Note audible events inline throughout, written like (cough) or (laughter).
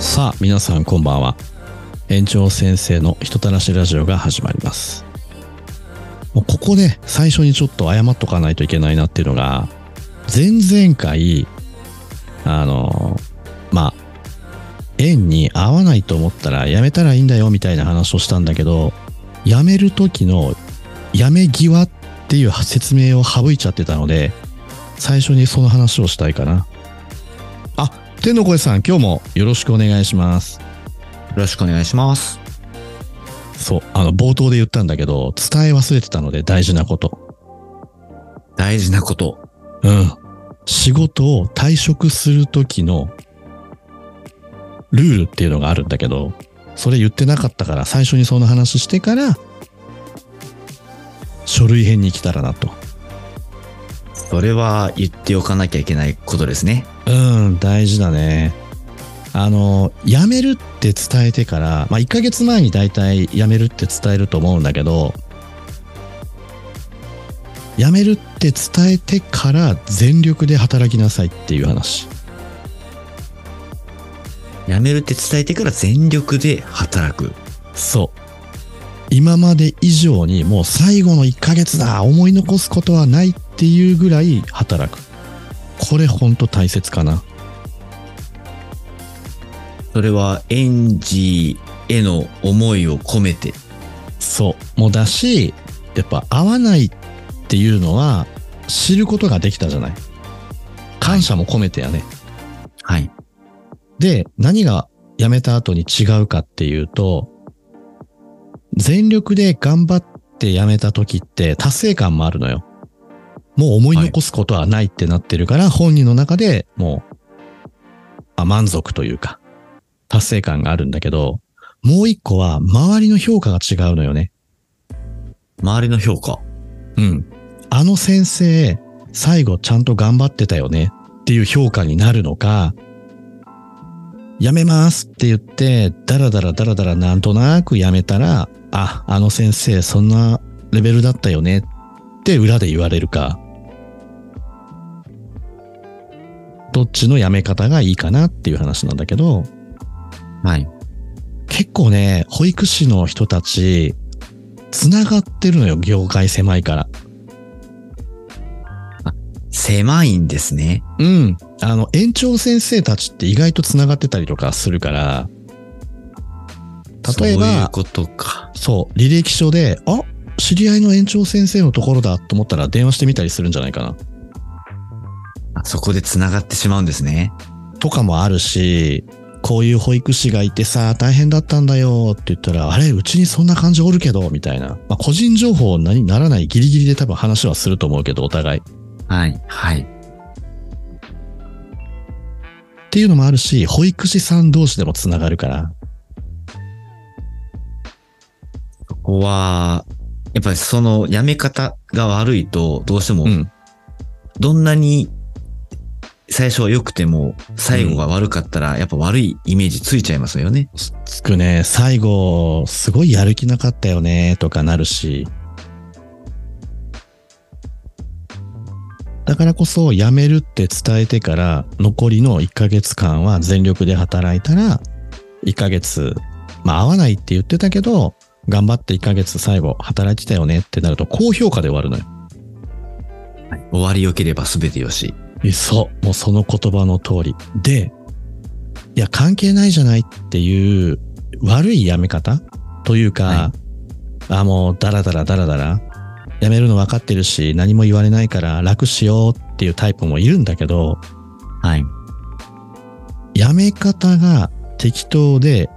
さあ皆さんこんばんは園長先生の人たらしラジオが始まりますもうここで最初にちょっと謝っとかないといけないなっていうのが前々回あのまあ園に合わないと思ったらやめたらいいんだよみたいな話をしたんだけど辞める時の辞め際っていう説明を省いちゃってたので最初にその話をしたいかなあ天の声さん今日もよろしくお願いしますよろしくお願いします。そうあの冒頭で言ったんだけど伝え忘れてたので大事なこと大事なこと。うん仕事を退職する時のルールっていうのがあるんだけどそれ言ってなかったから最初にその話してから書類編に来たらなとそれは言っておかなきゃいけないことですね。うん、大事だね。あの、辞めるって伝えてから、まあ、1ヶ月前に大体辞めるって伝えると思うんだけど、辞めるって伝えてから全力で働きなさいっていう話。辞めるって伝えてから全力で働く。そう。今まで以上にもう最後の1ヶ月だ思い残すことはないっていうぐらい働く。これほんと大切かな。それは園児への思いを込めて。そう。もうだし、やっぱ合わないっていうのは知ることができたじゃない。感謝も込めてやね。はい。で、何が辞めた後に違うかっていうと、全力で頑張って辞めた時って達成感もあるのよ。もう思い残すことはないってなってるから、本人の中でもう、あ、満足というか、達成感があるんだけど、もう一個は周りの評価が違うのよね。周りの評価。うん。あの先生、最後ちゃんと頑張ってたよねっていう評価になるのか、やめますって言って、だらだらだらだらなんとなくやめたら、あ、あの先生そんなレベルだったよねって裏で言われるか、どっちのやめ方がいいかなっていう話なんだけど、はい。結構ね、保育士の人たち、繋がってるのよ、業界狭いから。狭いんですね。うん。あの、園長先生たちって意外と繋がってたりとかするから、例えば、そうそいううことか。履歴書で、あ知り合いの園長先生のところだと思ったら電話してみたりするんじゃないかな。あそこで繋がってしまうんですね。とかもあるし、こういう保育士がいてさ、大変だったんだよって言ったら、あれ、うちにそんな感じおるけど、みたいな。まあ、個人情報にならないギリギリで多分話はすると思うけど、お互い。はい。はい。っていうのもあるし、保育士さん同士でも繋がるから。ここは、やっぱりその辞め方が悪いと、どうしてもうん。どんなに最初は良くても最後が悪かったらやっぱ悪いイメージついちゃいますよね。つくね、最後、すごいやる気なかったよね、とかなるし。だからこそ、辞めるって伝えてから、残りの1ヶ月間は全力で働いたら、1ヶ月、まあ、合わないって言ってたけど、頑張って1ヶ月最後働いてたよねってなると、高評価で終わるのよ。終わり良ければ全て良し。えそう。もうその言葉の通り。で、いや、関係ないじゃないっていう悪いやめ方というか、はあ、もうダラダラダラダラ、やめるの分かってるし、何も言われないから楽しようっていうタイプもいるんだけど、はい。やめ方が適当で、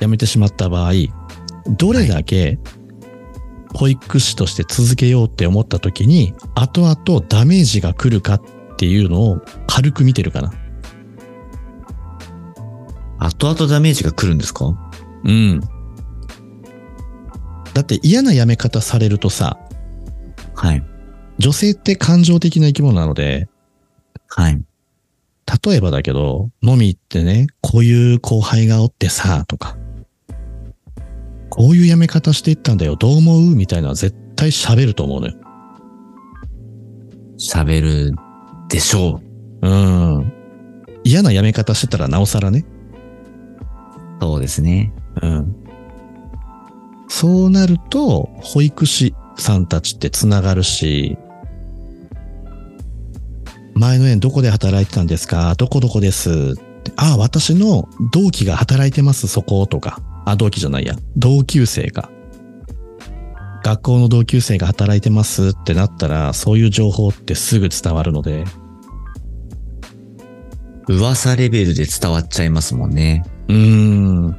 やめてしまった場合、どれだけ保育士として続けようって思った時に、後々ダメージが来るかっていうのを軽く見てるかな。後々ダメージが来るんですかうん。だって嫌なやめ方されるとさ、はい。女性って感情的な生き物なので、はい。例えばだけど、飲み行ってね、こういう後輩がおってさ、とか、こういう辞め方していったんだよ、どう思うみたいなのは絶対喋ると思うのよ。喋るでしょう。うん。嫌なやめ方してたらなおさらね。そうですね。うん。そうなると、保育士さんたちってつながるし、前の園どこで働いてたんですかどこどこですってああ、私の同期が働いてます、そことか。あ、同期じゃないや。同級生が。学校の同級生が働いてますってなったら、そういう情報ってすぐ伝わるので。噂レベルで伝わっちゃいますもんね。うーん。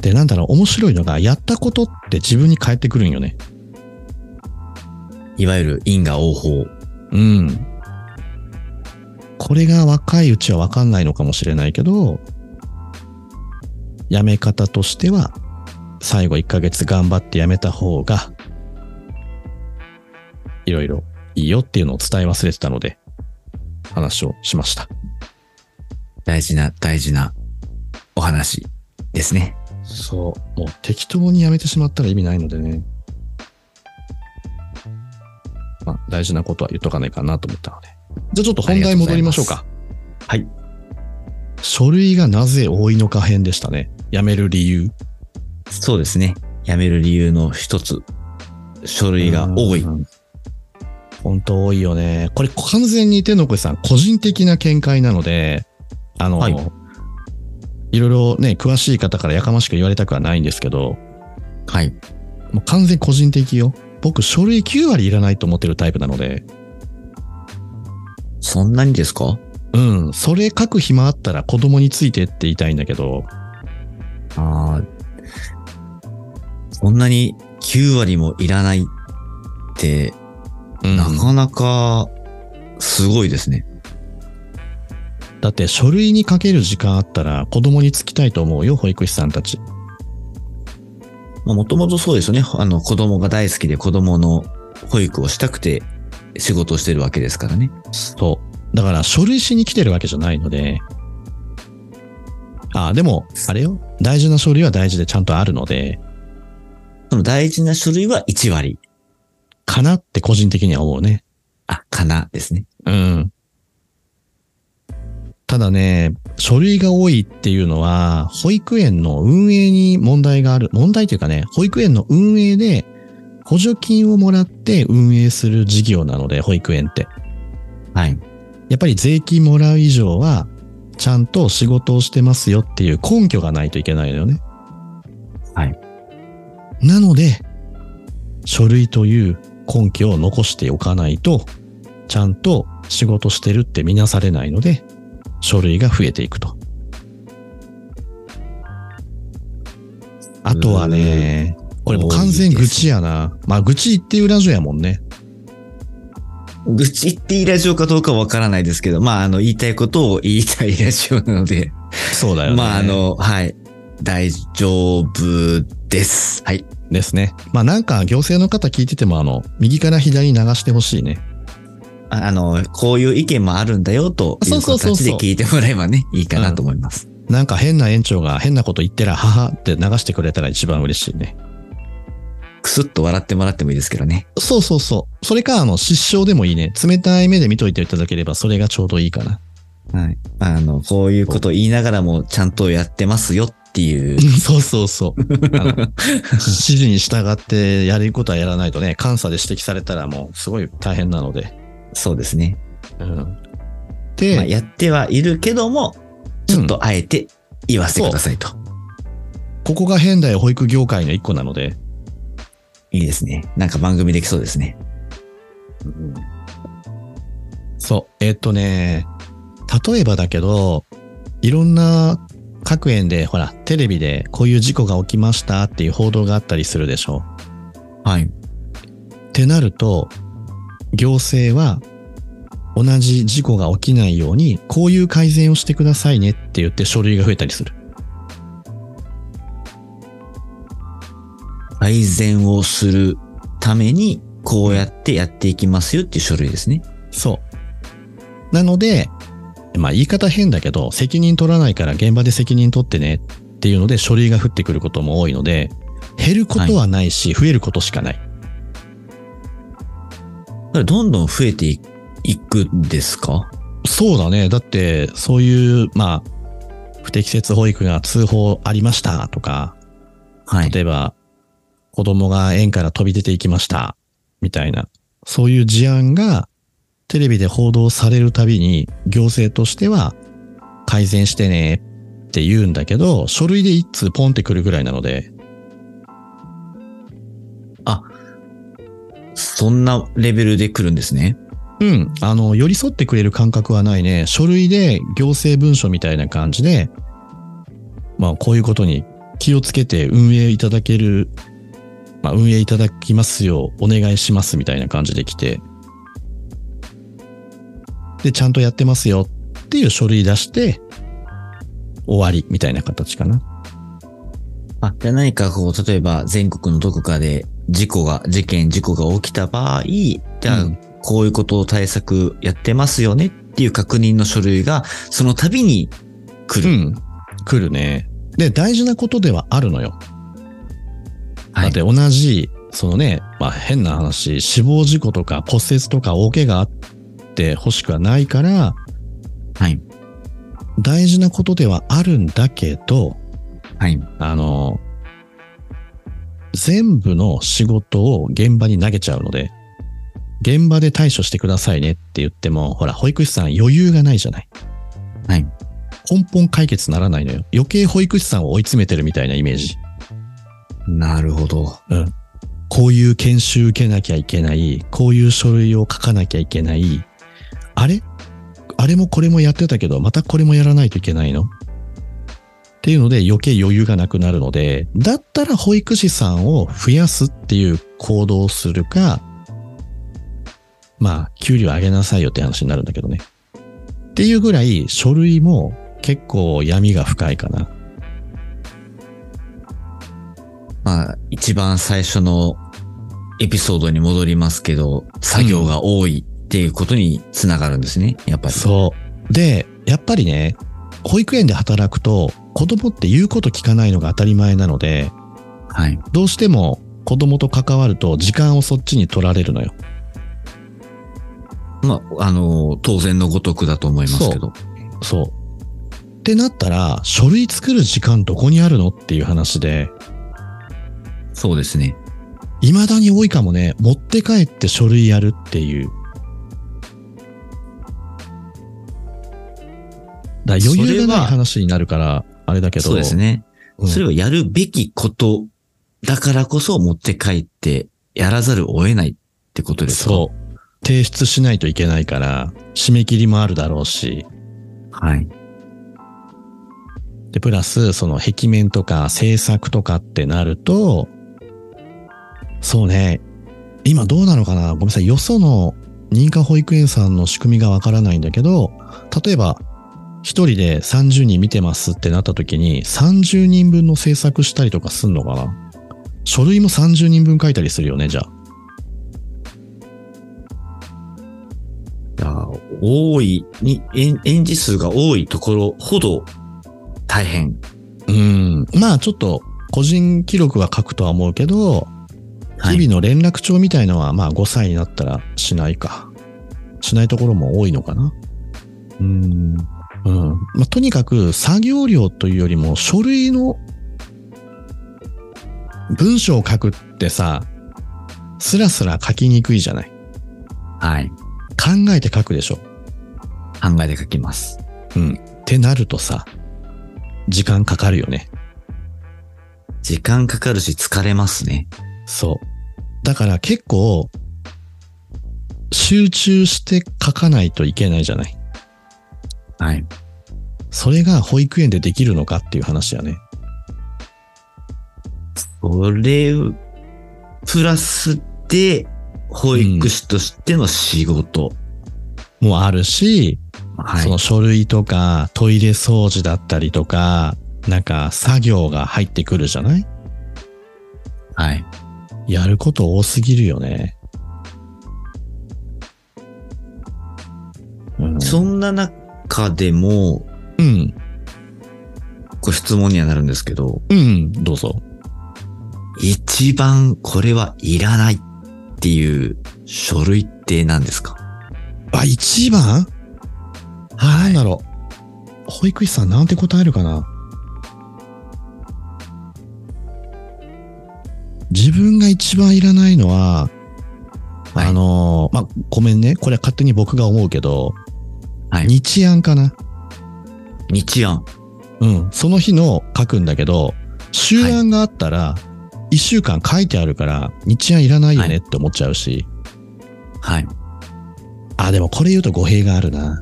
で、なんだろう、面白いのが、やったことって自分に返ってくるんよね。いわゆる因果応報。うん。これが若いうちはわかんないのかもしれないけど、辞め方としては、最後1ヶ月頑張って辞めた方が、いろいろいいよっていうのを伝え忘れてたので、話をしました。大事な大事なお話ですね。そう。もう適当にやめてしまったら意味ないのでね。まあ、大事なことは言っとかないかなと思ったので。じゃあちょっと本題戻りましょうか。ありがとう書類がなぜ多いのか編でしたね。辞める理由。そうですね。辞める理由の一つ。書類が多い。。本当多いよね。これ完全に手のこさん、個人的な見解なので、あの、はいい、ろいろね、詳しい方からやかましく言われたくはないんですけど、はい。もう完全個人的よ。僕、書類9割いらないと思ってるタイプなので、そんなにですかうん、それ書く暇あったら子供についてって言いたいんだけど、ああ。そんなに9割もいらないって、うんなかなかすごいですね。だって書類にかける時間あったら子供につきたいと思うよ、保育士さんたち。まあもともとそうですよね。あの子供が大好きで子供の保育をしたくて仕事をしてるわけですからね。そう。だから書類しに来てるわけじゃないので、ああ、でも、あれよ、大事な書類は大事でちゃんとあるので、その大事な書類は1割。かなって個人的には思うね。あ、かなですね。うん。ただね、書類が多いっていうのは、保育園の運営に問題がある。問題というかね、保育園の運営で補助金をもらって運営する事業なので、保育園って。はい。やっぱり税金もらう以上は、ちゃんと仕事をしてますよっていう根拠がないといけないのよね。はい。なので、書類という根拠を残しておかないと、ちゃんと仕事してるって見なされないので、書類が増えていくと。あとはね、これもう完全愚痴やな。まあ愚痴言っていうラジオやもんね。愚痴言っていいラジオかどうかわからないですけど、まあ、あの、言いたいことを言いたいラジオなので、 (laughs) そうだよね。 (laughs) まあ、あの、はい。大丈夫です。はい。ですね。まあなんか行政の方聞いててもあの、右から左に流してほしいね。ああの、こういう意見もあるんだよといそううそうそう形そうで聞いてもらえばね、いいかなと思います。なんか変な園長が変なこと言ってら、ははって流してくれたら一番嬉しいね。くすっと笑ってもらってもいいですけどね。そうそうそう。それか、あの、失笑でもいいね。冷たい目で見といていただければ、それがちょうどいいかな。はい。まああの、こういうことを言いながらもちゃんとやってますよっていう。そうそうそう。あの指示に従ってやることはやらないとね、監査で指摘されたらもう、すごい大変なので。そうですね。うん。で、まあ、やってはいるけども、ちょっとあえて言わせてくださいと。ここが変だよ、保育業界の一個なので。いいですね。なんか番組できそうですね。そう。えっとね、例えばだけど、いろんな各園で、ほら、テレビでこういう事故が起きましたっていう報道があったりするでしょはい。ってなると、行政は同じ事故が起きないように、こういう改善をしてくださいねって言って書類が増えたりする。改善をするために、こうやってやっていきますよっていう書類ですね。そう。なので、まあ言い方変だけど、責任取らないから現場で責任取ってねっていうので書類が降ってくることも多いので、減ることはないし、増えることしかない。だからどんどん増えていいくんですかそうだね。だって、そういう、まあ、不適切保育が通報ありましたとか、はい。例えば、子供が園から飛び出ていきました、みたいな、そういう事案がテレビで報道されるたびに、行政としては改善してねって言うんだけど、書類で一通ポンってくるぐらいなので、そんなレベルで来るんですね。うん、あの、寄り添ってくれる感覚はないね。書類で行政文書みたいな感じで、まあ、こういうことに気をつけて運営いただける、まあ、運営いただきますよう、お願いしますみたいな感じで来て、で、ちゃんとやってますよっていう書類出して、終わりみたいな形かな。あ、じゃあ何かこう、例えば全国のどこかで事故が、事件、事故が起きた場合、じゃあうんこういうことを対策やってますよねっていう確認の書類が、その度に来うる。ん。来るね。で、大事なことではあるのよ。はだっいて。同じ、そのね、まあ変な話、死亡事故とか骨折とか大怪我あって欲しくはないから、はい。大事なことではあるんだけど、はい。あの、全部の仕事を現場に投げちゃうので、現場で対処してくださいねって言っても、ほら、保育士さん余裕がないじゃない。はい。根本解決ならないのよ。余計保育士さんを追い詰めてるみたいなイメージ。なるほど。こういう研修受けなきゃいけない、こういう書類を書かなきゃいけない、あれあれもこれもやってたけど、またこれもやらないといけないのっていうので余計余裕がなくなるので、だったら保育士さんを増やすっていう行動をするか、まあ、給料上げなさいよって話になるんだけどね。っていうぐらい書類も結構闇が深いかな。まあ、一番最初のエピソードに戻りますけど、作業が多いっていうことにつながるんですね、やっぱり。そう。で、やっぱりね、保育園で働くと、子供って言うこと聞かないのが当たり前なので、はい。どうしても子供と関わると時間をそっちに取られるのよ。まあ、あの、当然のごとくだと思いますけど。そう。ってなったら、書類作る時間どこにあるのっていう話で、そうですね。未だに多いかもね、持って帰って書類やるっていう。だから余裕がない話になるから、あれだけど。そうですね。うん。それをやるべきことだからこそ持って帰ってやらざるを得ないってことですかそう。提出しないといけないから、締め切りもあるだろうし、はい。で、プラス、その壁面とか制作とかってなると、そうね、今どうなのかなごめんなさい、よその認可保育園さんの仕組みがわからないんだけど、例えば、一人で30人見てますってなった時に、30人分の制作したりとかすんのかな書類も30人分書いたりするよね、じゃあ。いや多いに、演演じ数が多いところほど大変。うん。まあちょっと個人記録は書くとは思うけど、はい日々の連絡帳みたいのはまあ5歳になったらしないか。しないところも多いのかな。うん。うん。まあとにかく作業量というよりも書類の文章を書くってさ、スラスラ書きにくいじゃない。はい。考えて書くでしょ。考えで書きます。うん。ってなるとさ、時間かかるよね。時間かかるし疲れますね。そう。だから結構、集中して書かないといけないじゃない。はい。それが保育園でできるのかっていう話やね。それ、プラスで、保育士としての仕事。もうあるし、はそいの。書類とかトイレ掃除だったりとか、なんか作業が入ってくるじゃないはい。やること多すぎるよね。うんそんな中でも、うん。ご質問にはなるんですけど、うん。どうぞ。一番これはいらないっていう書類って何ですかあ、一番あ、はいなんだろう。保育士さんなんて答えるかな自分が一番いらないのは、はいあのーまあ、ごめんね。これは勝手に僕が思うけど、はい日案かな。日案。うん。その日の書くんだけど、週案があったら、一週間書いてあるから、日案いらないよねって思っちゃうし。はい。あ、でもこれ言うと語弊があるな。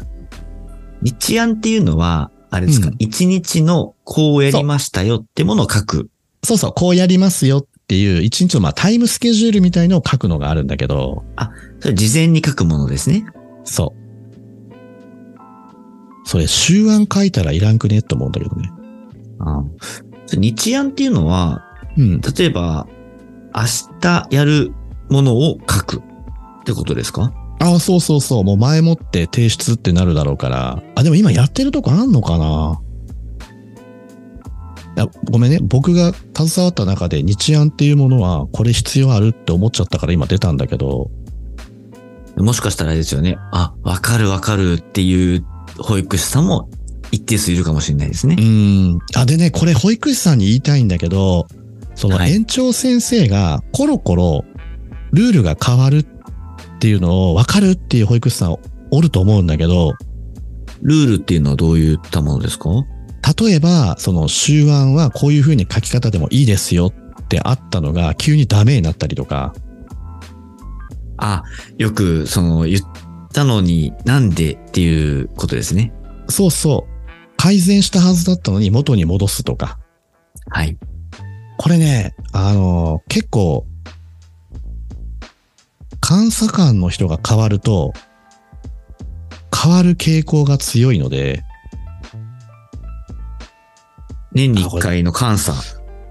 日案っていうのは、あれですかうん、一、日のこうやりましたよってものを書く。そうそう、こうやりますよっていう、一日のまあタイムスケジュールみたいのを書くのがあるんだけど、それ事前に書くものですね。そう。それ、終案書いたらいらんくねって思うんだけどね。あそれ日案っていうのは、うん。例えば、明日やるものを書くってことですかああ、そうそうそう。もう前もって提出ってなるだろうから。あ、でも今やってるとこあんのかないやごめんね。僕が携わった中で日案っていうものは、これ必要あるって思っちゃったから今出たんだけど、もしかしたらあれですよね。あ、わかるわかるっていう保育士さんも一定数いるかもしれないですねう。ーん。あ、でね、これ保育士さんに言いたいんだけど、そのはい園長先生がコロコロルールが変わるっていうのを分かるっていう保育士さんおると思うんだけど、ルールっていうのはどういったものですか例えば、その終案はこういう風に書き方でもいいですよってあったのが急にダメになったりとか、あ、よくその言ったのになんでっていうことですね。そうそう、改善したはずだったのに元に戻すとか、はい。これね、あの結構、監査官の人が変わると、変わる傾向が強いので、年に一回の監査。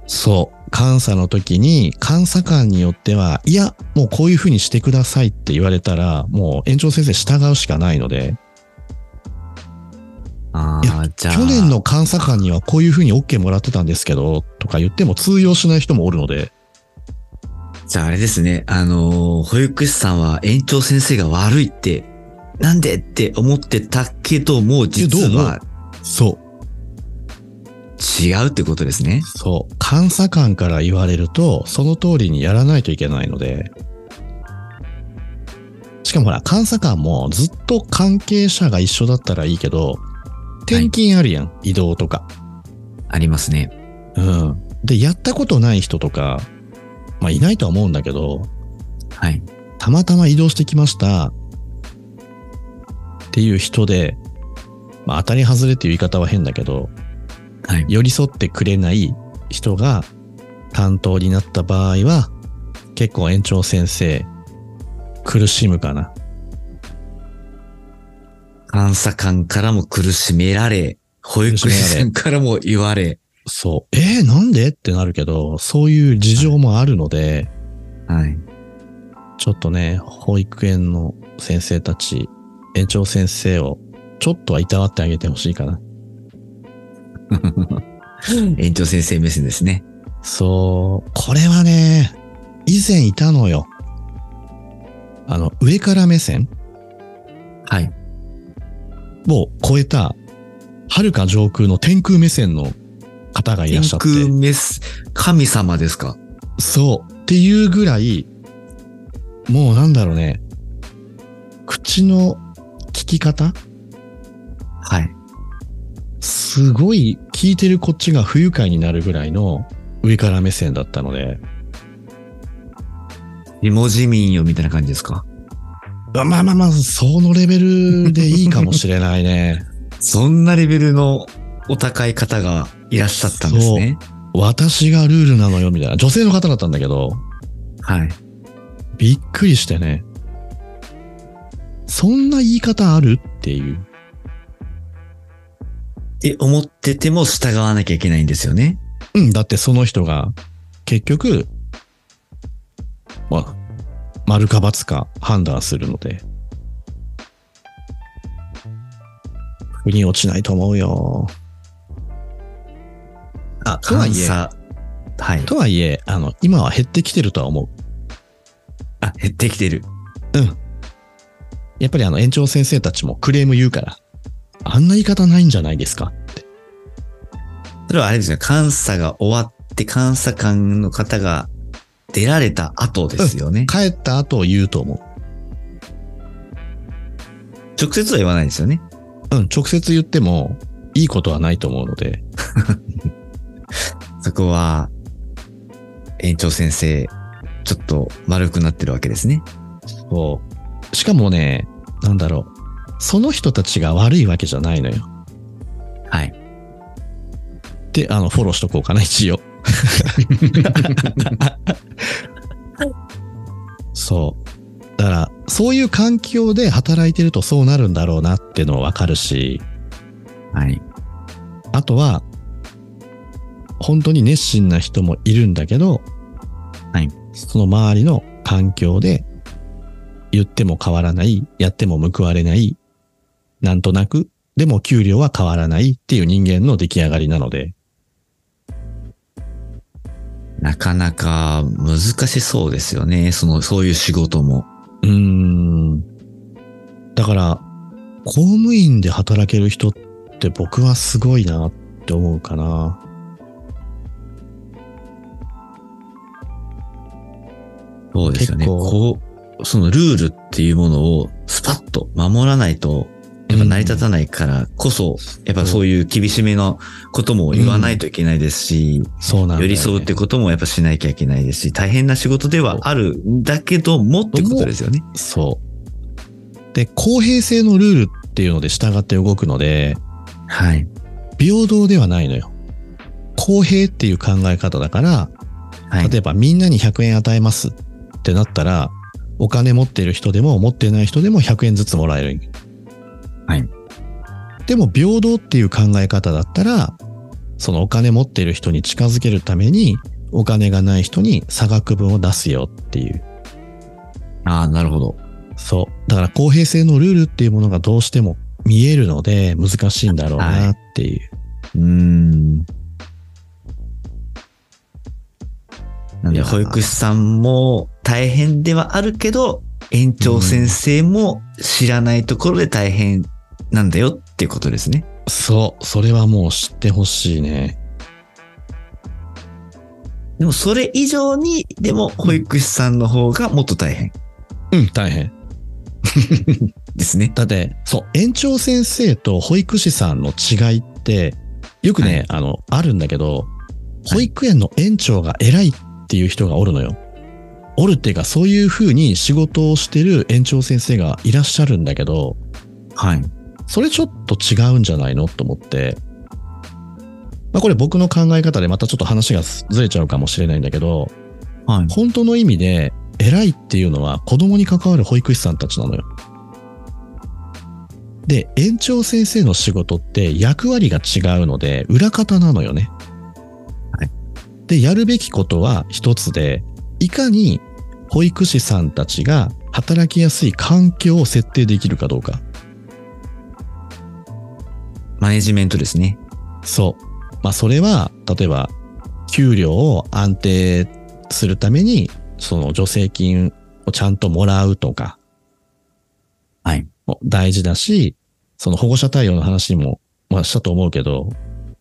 そう、監査の時に、監査官によっては、いや、もうこういうふうにしてくださいって言われたら、もう園長先生従うしかないので、あいあ、じゃあ。去年の監査官にはこういうふうに OK もらってたんですけど、とか言っても通用しない人もおるので、じゃああれですね。あのー保育士さんは園長先生が悪いって、なんでって思ってたけど、もう実けどもはそう、違うってことですね。そう。監査官から言われると、その通りにやらないといけないので。しかもほら、監査官もずっと関係者が一緒だったらいいけど、転勤あるやん、移動とか。ありますね。うん。で、やったことない人とか、まあいないとは思うんだけど、はい。たまたま移動してきました。っていう人で、まあ当たり外れっていう言い方は変だけど、はい。寄り添ってくれない人が担当になった場合は、結構園長先生、苦しむかな。監査官からも苦しめられ、保育士さんからも言われ。そう。えー、なんでってなるけど、そういう事情もあるので、 (laughs) はい。ちょっとね、保育園の先生たち、園長先生をちょっとはいたわってあげてほしいかな。園長先生目線ですね。そう。これはね、以前いたのよ。あの、上から目線はい。を超えた、遥か上空の天空目線の方がいらっ天しゃって。空メス、神様ですかそう。っていうぐらい、もうなんだろうね。口の聞き方はい。すごい聞いてるこっちが不愉快になるぐらいの上から目線だったので。リモジミンよみたいな感じですかまあまあまあ、そのレベルでいいかもしれないね。 (laughs) そんなレベルのお高い方がいらっしゃったんですね。私がルールなのよ、みたいな。女性の方だったんだけど。はい。びっくりしてね。そんな言い方あるっていう。って思ってても従わなきゃいけないんですよね。うん、だってその人が、結局、まあ、丸か×か判断するので。腑に落ちないと思うよ。あ、とはい監え、査はい。とはいえ、あの、今は減ってきてるとは思う。あ、減ってきてる。やっぱりあの、園長先生たちもクレーム言うから。あんな言い方ないんじゃないですかって。それはあれですね、監査が終わって、監査官の方が出られた後ですよね。帰った後を言うと思う。直接は言わないですよね。うん、直接言ってもいいことはないと思うので、そこは、園長先生、ちょっと悪くなってるわけですね。そう。しかもね、なんだろう。その人たちが悪いわけじゃないのよ。はい。で、あの、フォローしとこうかな、一 (laughs) 応。そう。だから、そういう環境で働いてるとそうなるんだろうなってのはわかるし、はい。あとは、本当に熱心な人もいるんだけど、はいその周りの環境で、言っても変わらない、やっても報われない、なんとなく、でも給料は変わらないっていう人間の出来上がりなので、なかなか難しそうですよね。その、そういう仕事も。うーん。だから、公務員で働ける人って僕はすごいなって思うかな。そうですよね。結構こう、そのルールっていうものをスパッと守らないと、やっぱ成り立たないからこそ、やっぱそういう厳しめのことも言わないといけないですし、そうなんだよね、寄り添うってこともやっぱしなきゃいけないですし、大変な仕事ではあるんだけどもってことですよね。そう。で、公平性のルールっていうので従って動くので、はい。平等ではないのよ。公平っていう考え方だから、はい。例えばみんなに100円与えますってなったら、お金持ってる人でも持ってない人でも100円ずつもらえる。はい。でも平等っていう考え方だったら、そのお金持ってる人に近づけるために、お金がない人に差額分を出すよっていう。ああ、なるほど。そう。だから公平性のルールっていうものがどうしても見えるので難しいんだろうなっていう。うーん。なんいで、や保育士さんも大変ではあるけど、園長先生も知らないところで大変なんだよっていうことですね。そう。それはもう知ってほしいね。でも、それ以上に、でも、保育士さんの方がもっと大変うん、大変。ですね。だって、そう、園長先生と保育士さんの違いって、よくね、あの、あるんだけど、保育園の園長が偉いっていう人がおるのよ。おるっていうか、そういう風に仕事をしてる園長先生がいらっしゃるんだけど、はい。それちょっと違うんじゃないのと思って。まあこれ僕の考え方でまたちょっと話がずれちゃうかもしれないんだけど、はい。本当の意味で偉いっていうのは子供に関わる保育士さんたちなのよ。で、園長先生の仕事って役割が違うので裏方なのよね。はい。で、やるべきことは一つで、いかに保育士さんたちが働きやすい環境を設定できるかどうか。マネジメントですね。そう。まあ、それは、例えば、給料を安定するために、その助成金をちゃんともらうとかはい。も大事だし、その保護者対応の話も、まあ、したと思うけど、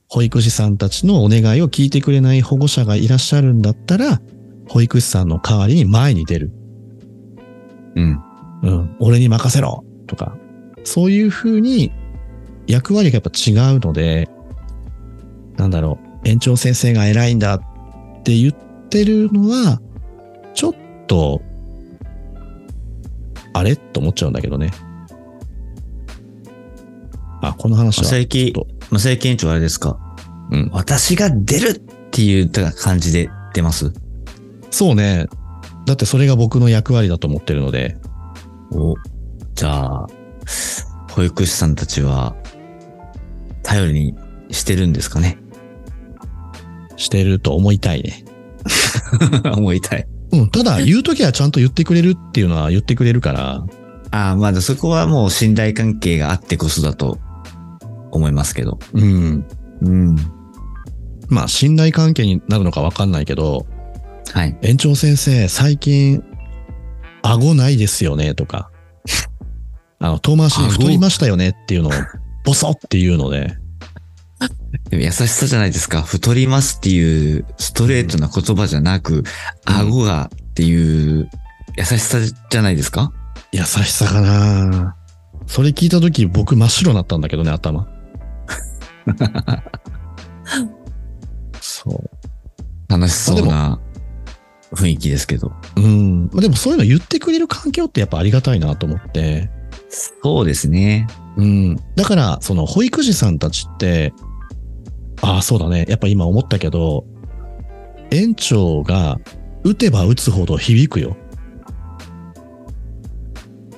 保育士さんたちのお願いを聞いてくれない保護者がいらっしゃるんだったら、保育士さんの代わりに前に出る。うん。うん、俺に任せろとか、そういうふうに役割がやっぱ違うので、なんだろう、園長先生が偉いんだって言ってるのは、ちょっと、あれと思っちゃうんだけどね。あ、この話は。正規ちょっまあ、正規園長はあれですかうん私が出るっていう感じで出ますとそうね。だってそれが僕の役割だと思ってるので、お、じゃあ、保育士さんたちは、頼りにしてるんですか (laughs) ねしてると思いたいね。思いたい。うん、ただ言うときはちゃんと言ってくれるっていうのは言ってくれるから、ああ、まだそこはもう信頼関係があってこそだと思いますけど。うん。うん。まあ信頼関係になるのかわかんないけど、はい。園長先生、最近、 (laughs) 顎ないですよね、とか、あの、遠回しに太りましたよねっていうのをボソっていうので、でも優しさじゃないですか。太りますっていうストレートな言葉じゃなく、顎がっていう優しさじゃないですか優しさかなそれ聞いたとき僕真っ白になったんだけどね、頭。そ楽しそうな雰囲気ですけど。う。うん。まあでもそういうの言ってくれる環境ってやっぱありがたいなと思って。そうですね。うん。だから、その保育士さんたちって、ああ、そうだね。やっぱ今思ったけど、園長が打てば打つほど響くよ。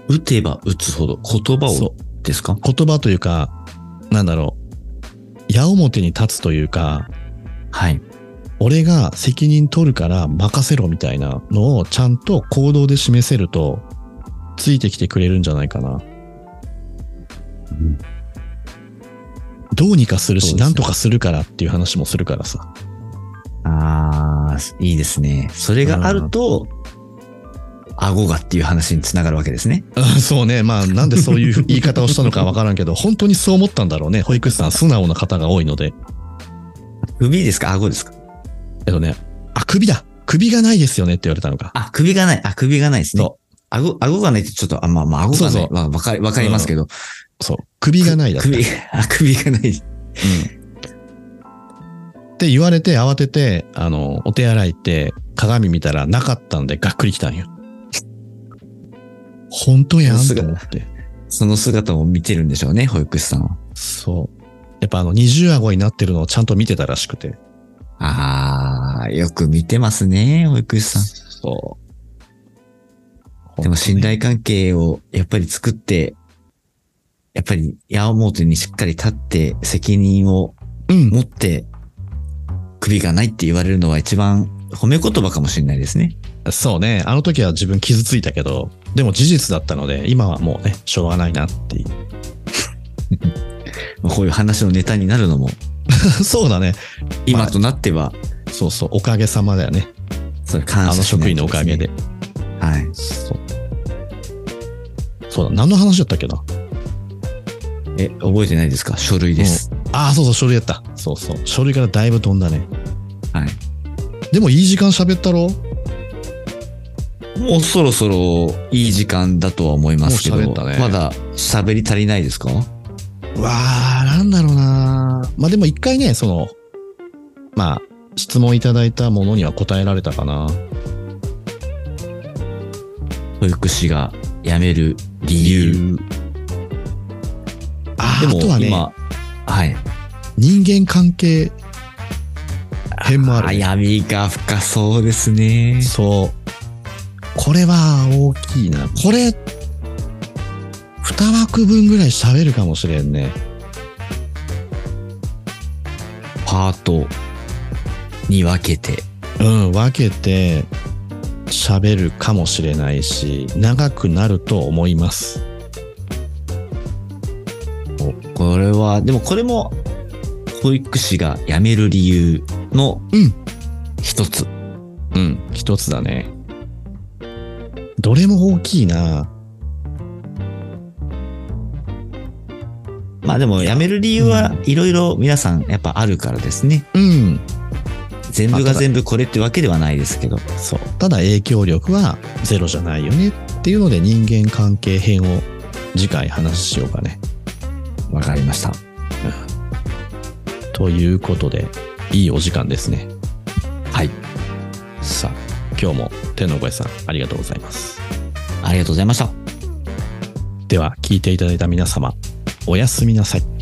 打てば打つほど言葉そをですか言葉というか、なんだろう。矢面に立つというか、はい。俺が責任取るから任せろみたいなのをちゃんと行動で示せると、ついてきてくれるんじゃないかな。うんどうにかするそし、うですねなんとかするからっていう話もするからさ。ああ、いいですね。それがあると、顎がっていう話につながるわけですね。そうね。まあ、なんでそう (laughs) いう言い方をしたのかわからんけど、本当にそう思ったんだろうね。保育士さん、素直な方が多いので。首ですか顎ですかえっとね、あ、首だ首がないですよねって言われたのか。あ、首がない。あ、首がないですねそ。顎、顎がないってちょっと、あ、まあまあ、顎がない。そうそうまあわかり、わかりますけど。そう。首がないだった。首、あ、首がない。って言われて慌てて、あの、お手洗い行って鏡見たらなかったんでがっくりきたんよ。本当やんと思って。その姿を見てるんでしょうね、保育士さんは。そう。やっぱあの二重顎になってるのをちゃんと見てたらしくて。ああ、よく見てますね、保育士さん。そうでも信頼関係をやっぱり作って、やっぱり矢面にしっかり立って責任をうん。持って首がないって言われるのは一番褒め言葉かもしれないですね。そうね。あの時は自分傷ついたけど、でも事実だったので、今はもうね、しょうがないなっていう。 (laughs) まあこういう話のネタになるのもそうだね。今となってはそうそう。おかげさまだよね。それ感あの謝しな職い員とのおすかねげで。。はい。そう。そうだ。何の話だったっけなえ、覚えてないですか書類です。ああ、そうそう、書類やった。そうそう。書類からだいぶ飛んだね。はい。でもいい時間喋ったろももうそろそろいい時間だとは思いますけど、もう喋ったねまだ喋り足りないですかうわあ、なんだろうな。まあでも一回ね、その、まあ、質問いただいたものには答えられたかな。保育士が辞める理由。あでーもあとはね、今、はい。人間関係編もあるね、闇が深そうですね。そう。これは大きいな。これ、二枠分ぐらい喋るかもしれんね。パートに分けて。うん、分けて喋るかもしれないし、長くなると思います。おこれは、でもこれも、保育士が辞める理由のうん一つ。うん、一つだね。どれも大きいな。まあでも辞める理由はいろいろ皆さんやっぱあるからですね。うん、全部が全部これってわけではないですけど。そう。ただ影響力はゼロじゃないよねっていうので人間関係編を次回話しようかね。わかりました。ということで、いいお時間ですね。はい。さあ、今日も天の声さんありがとうございます。ありがとうございました。では、聞いていただいた皆様、おやすみなさい。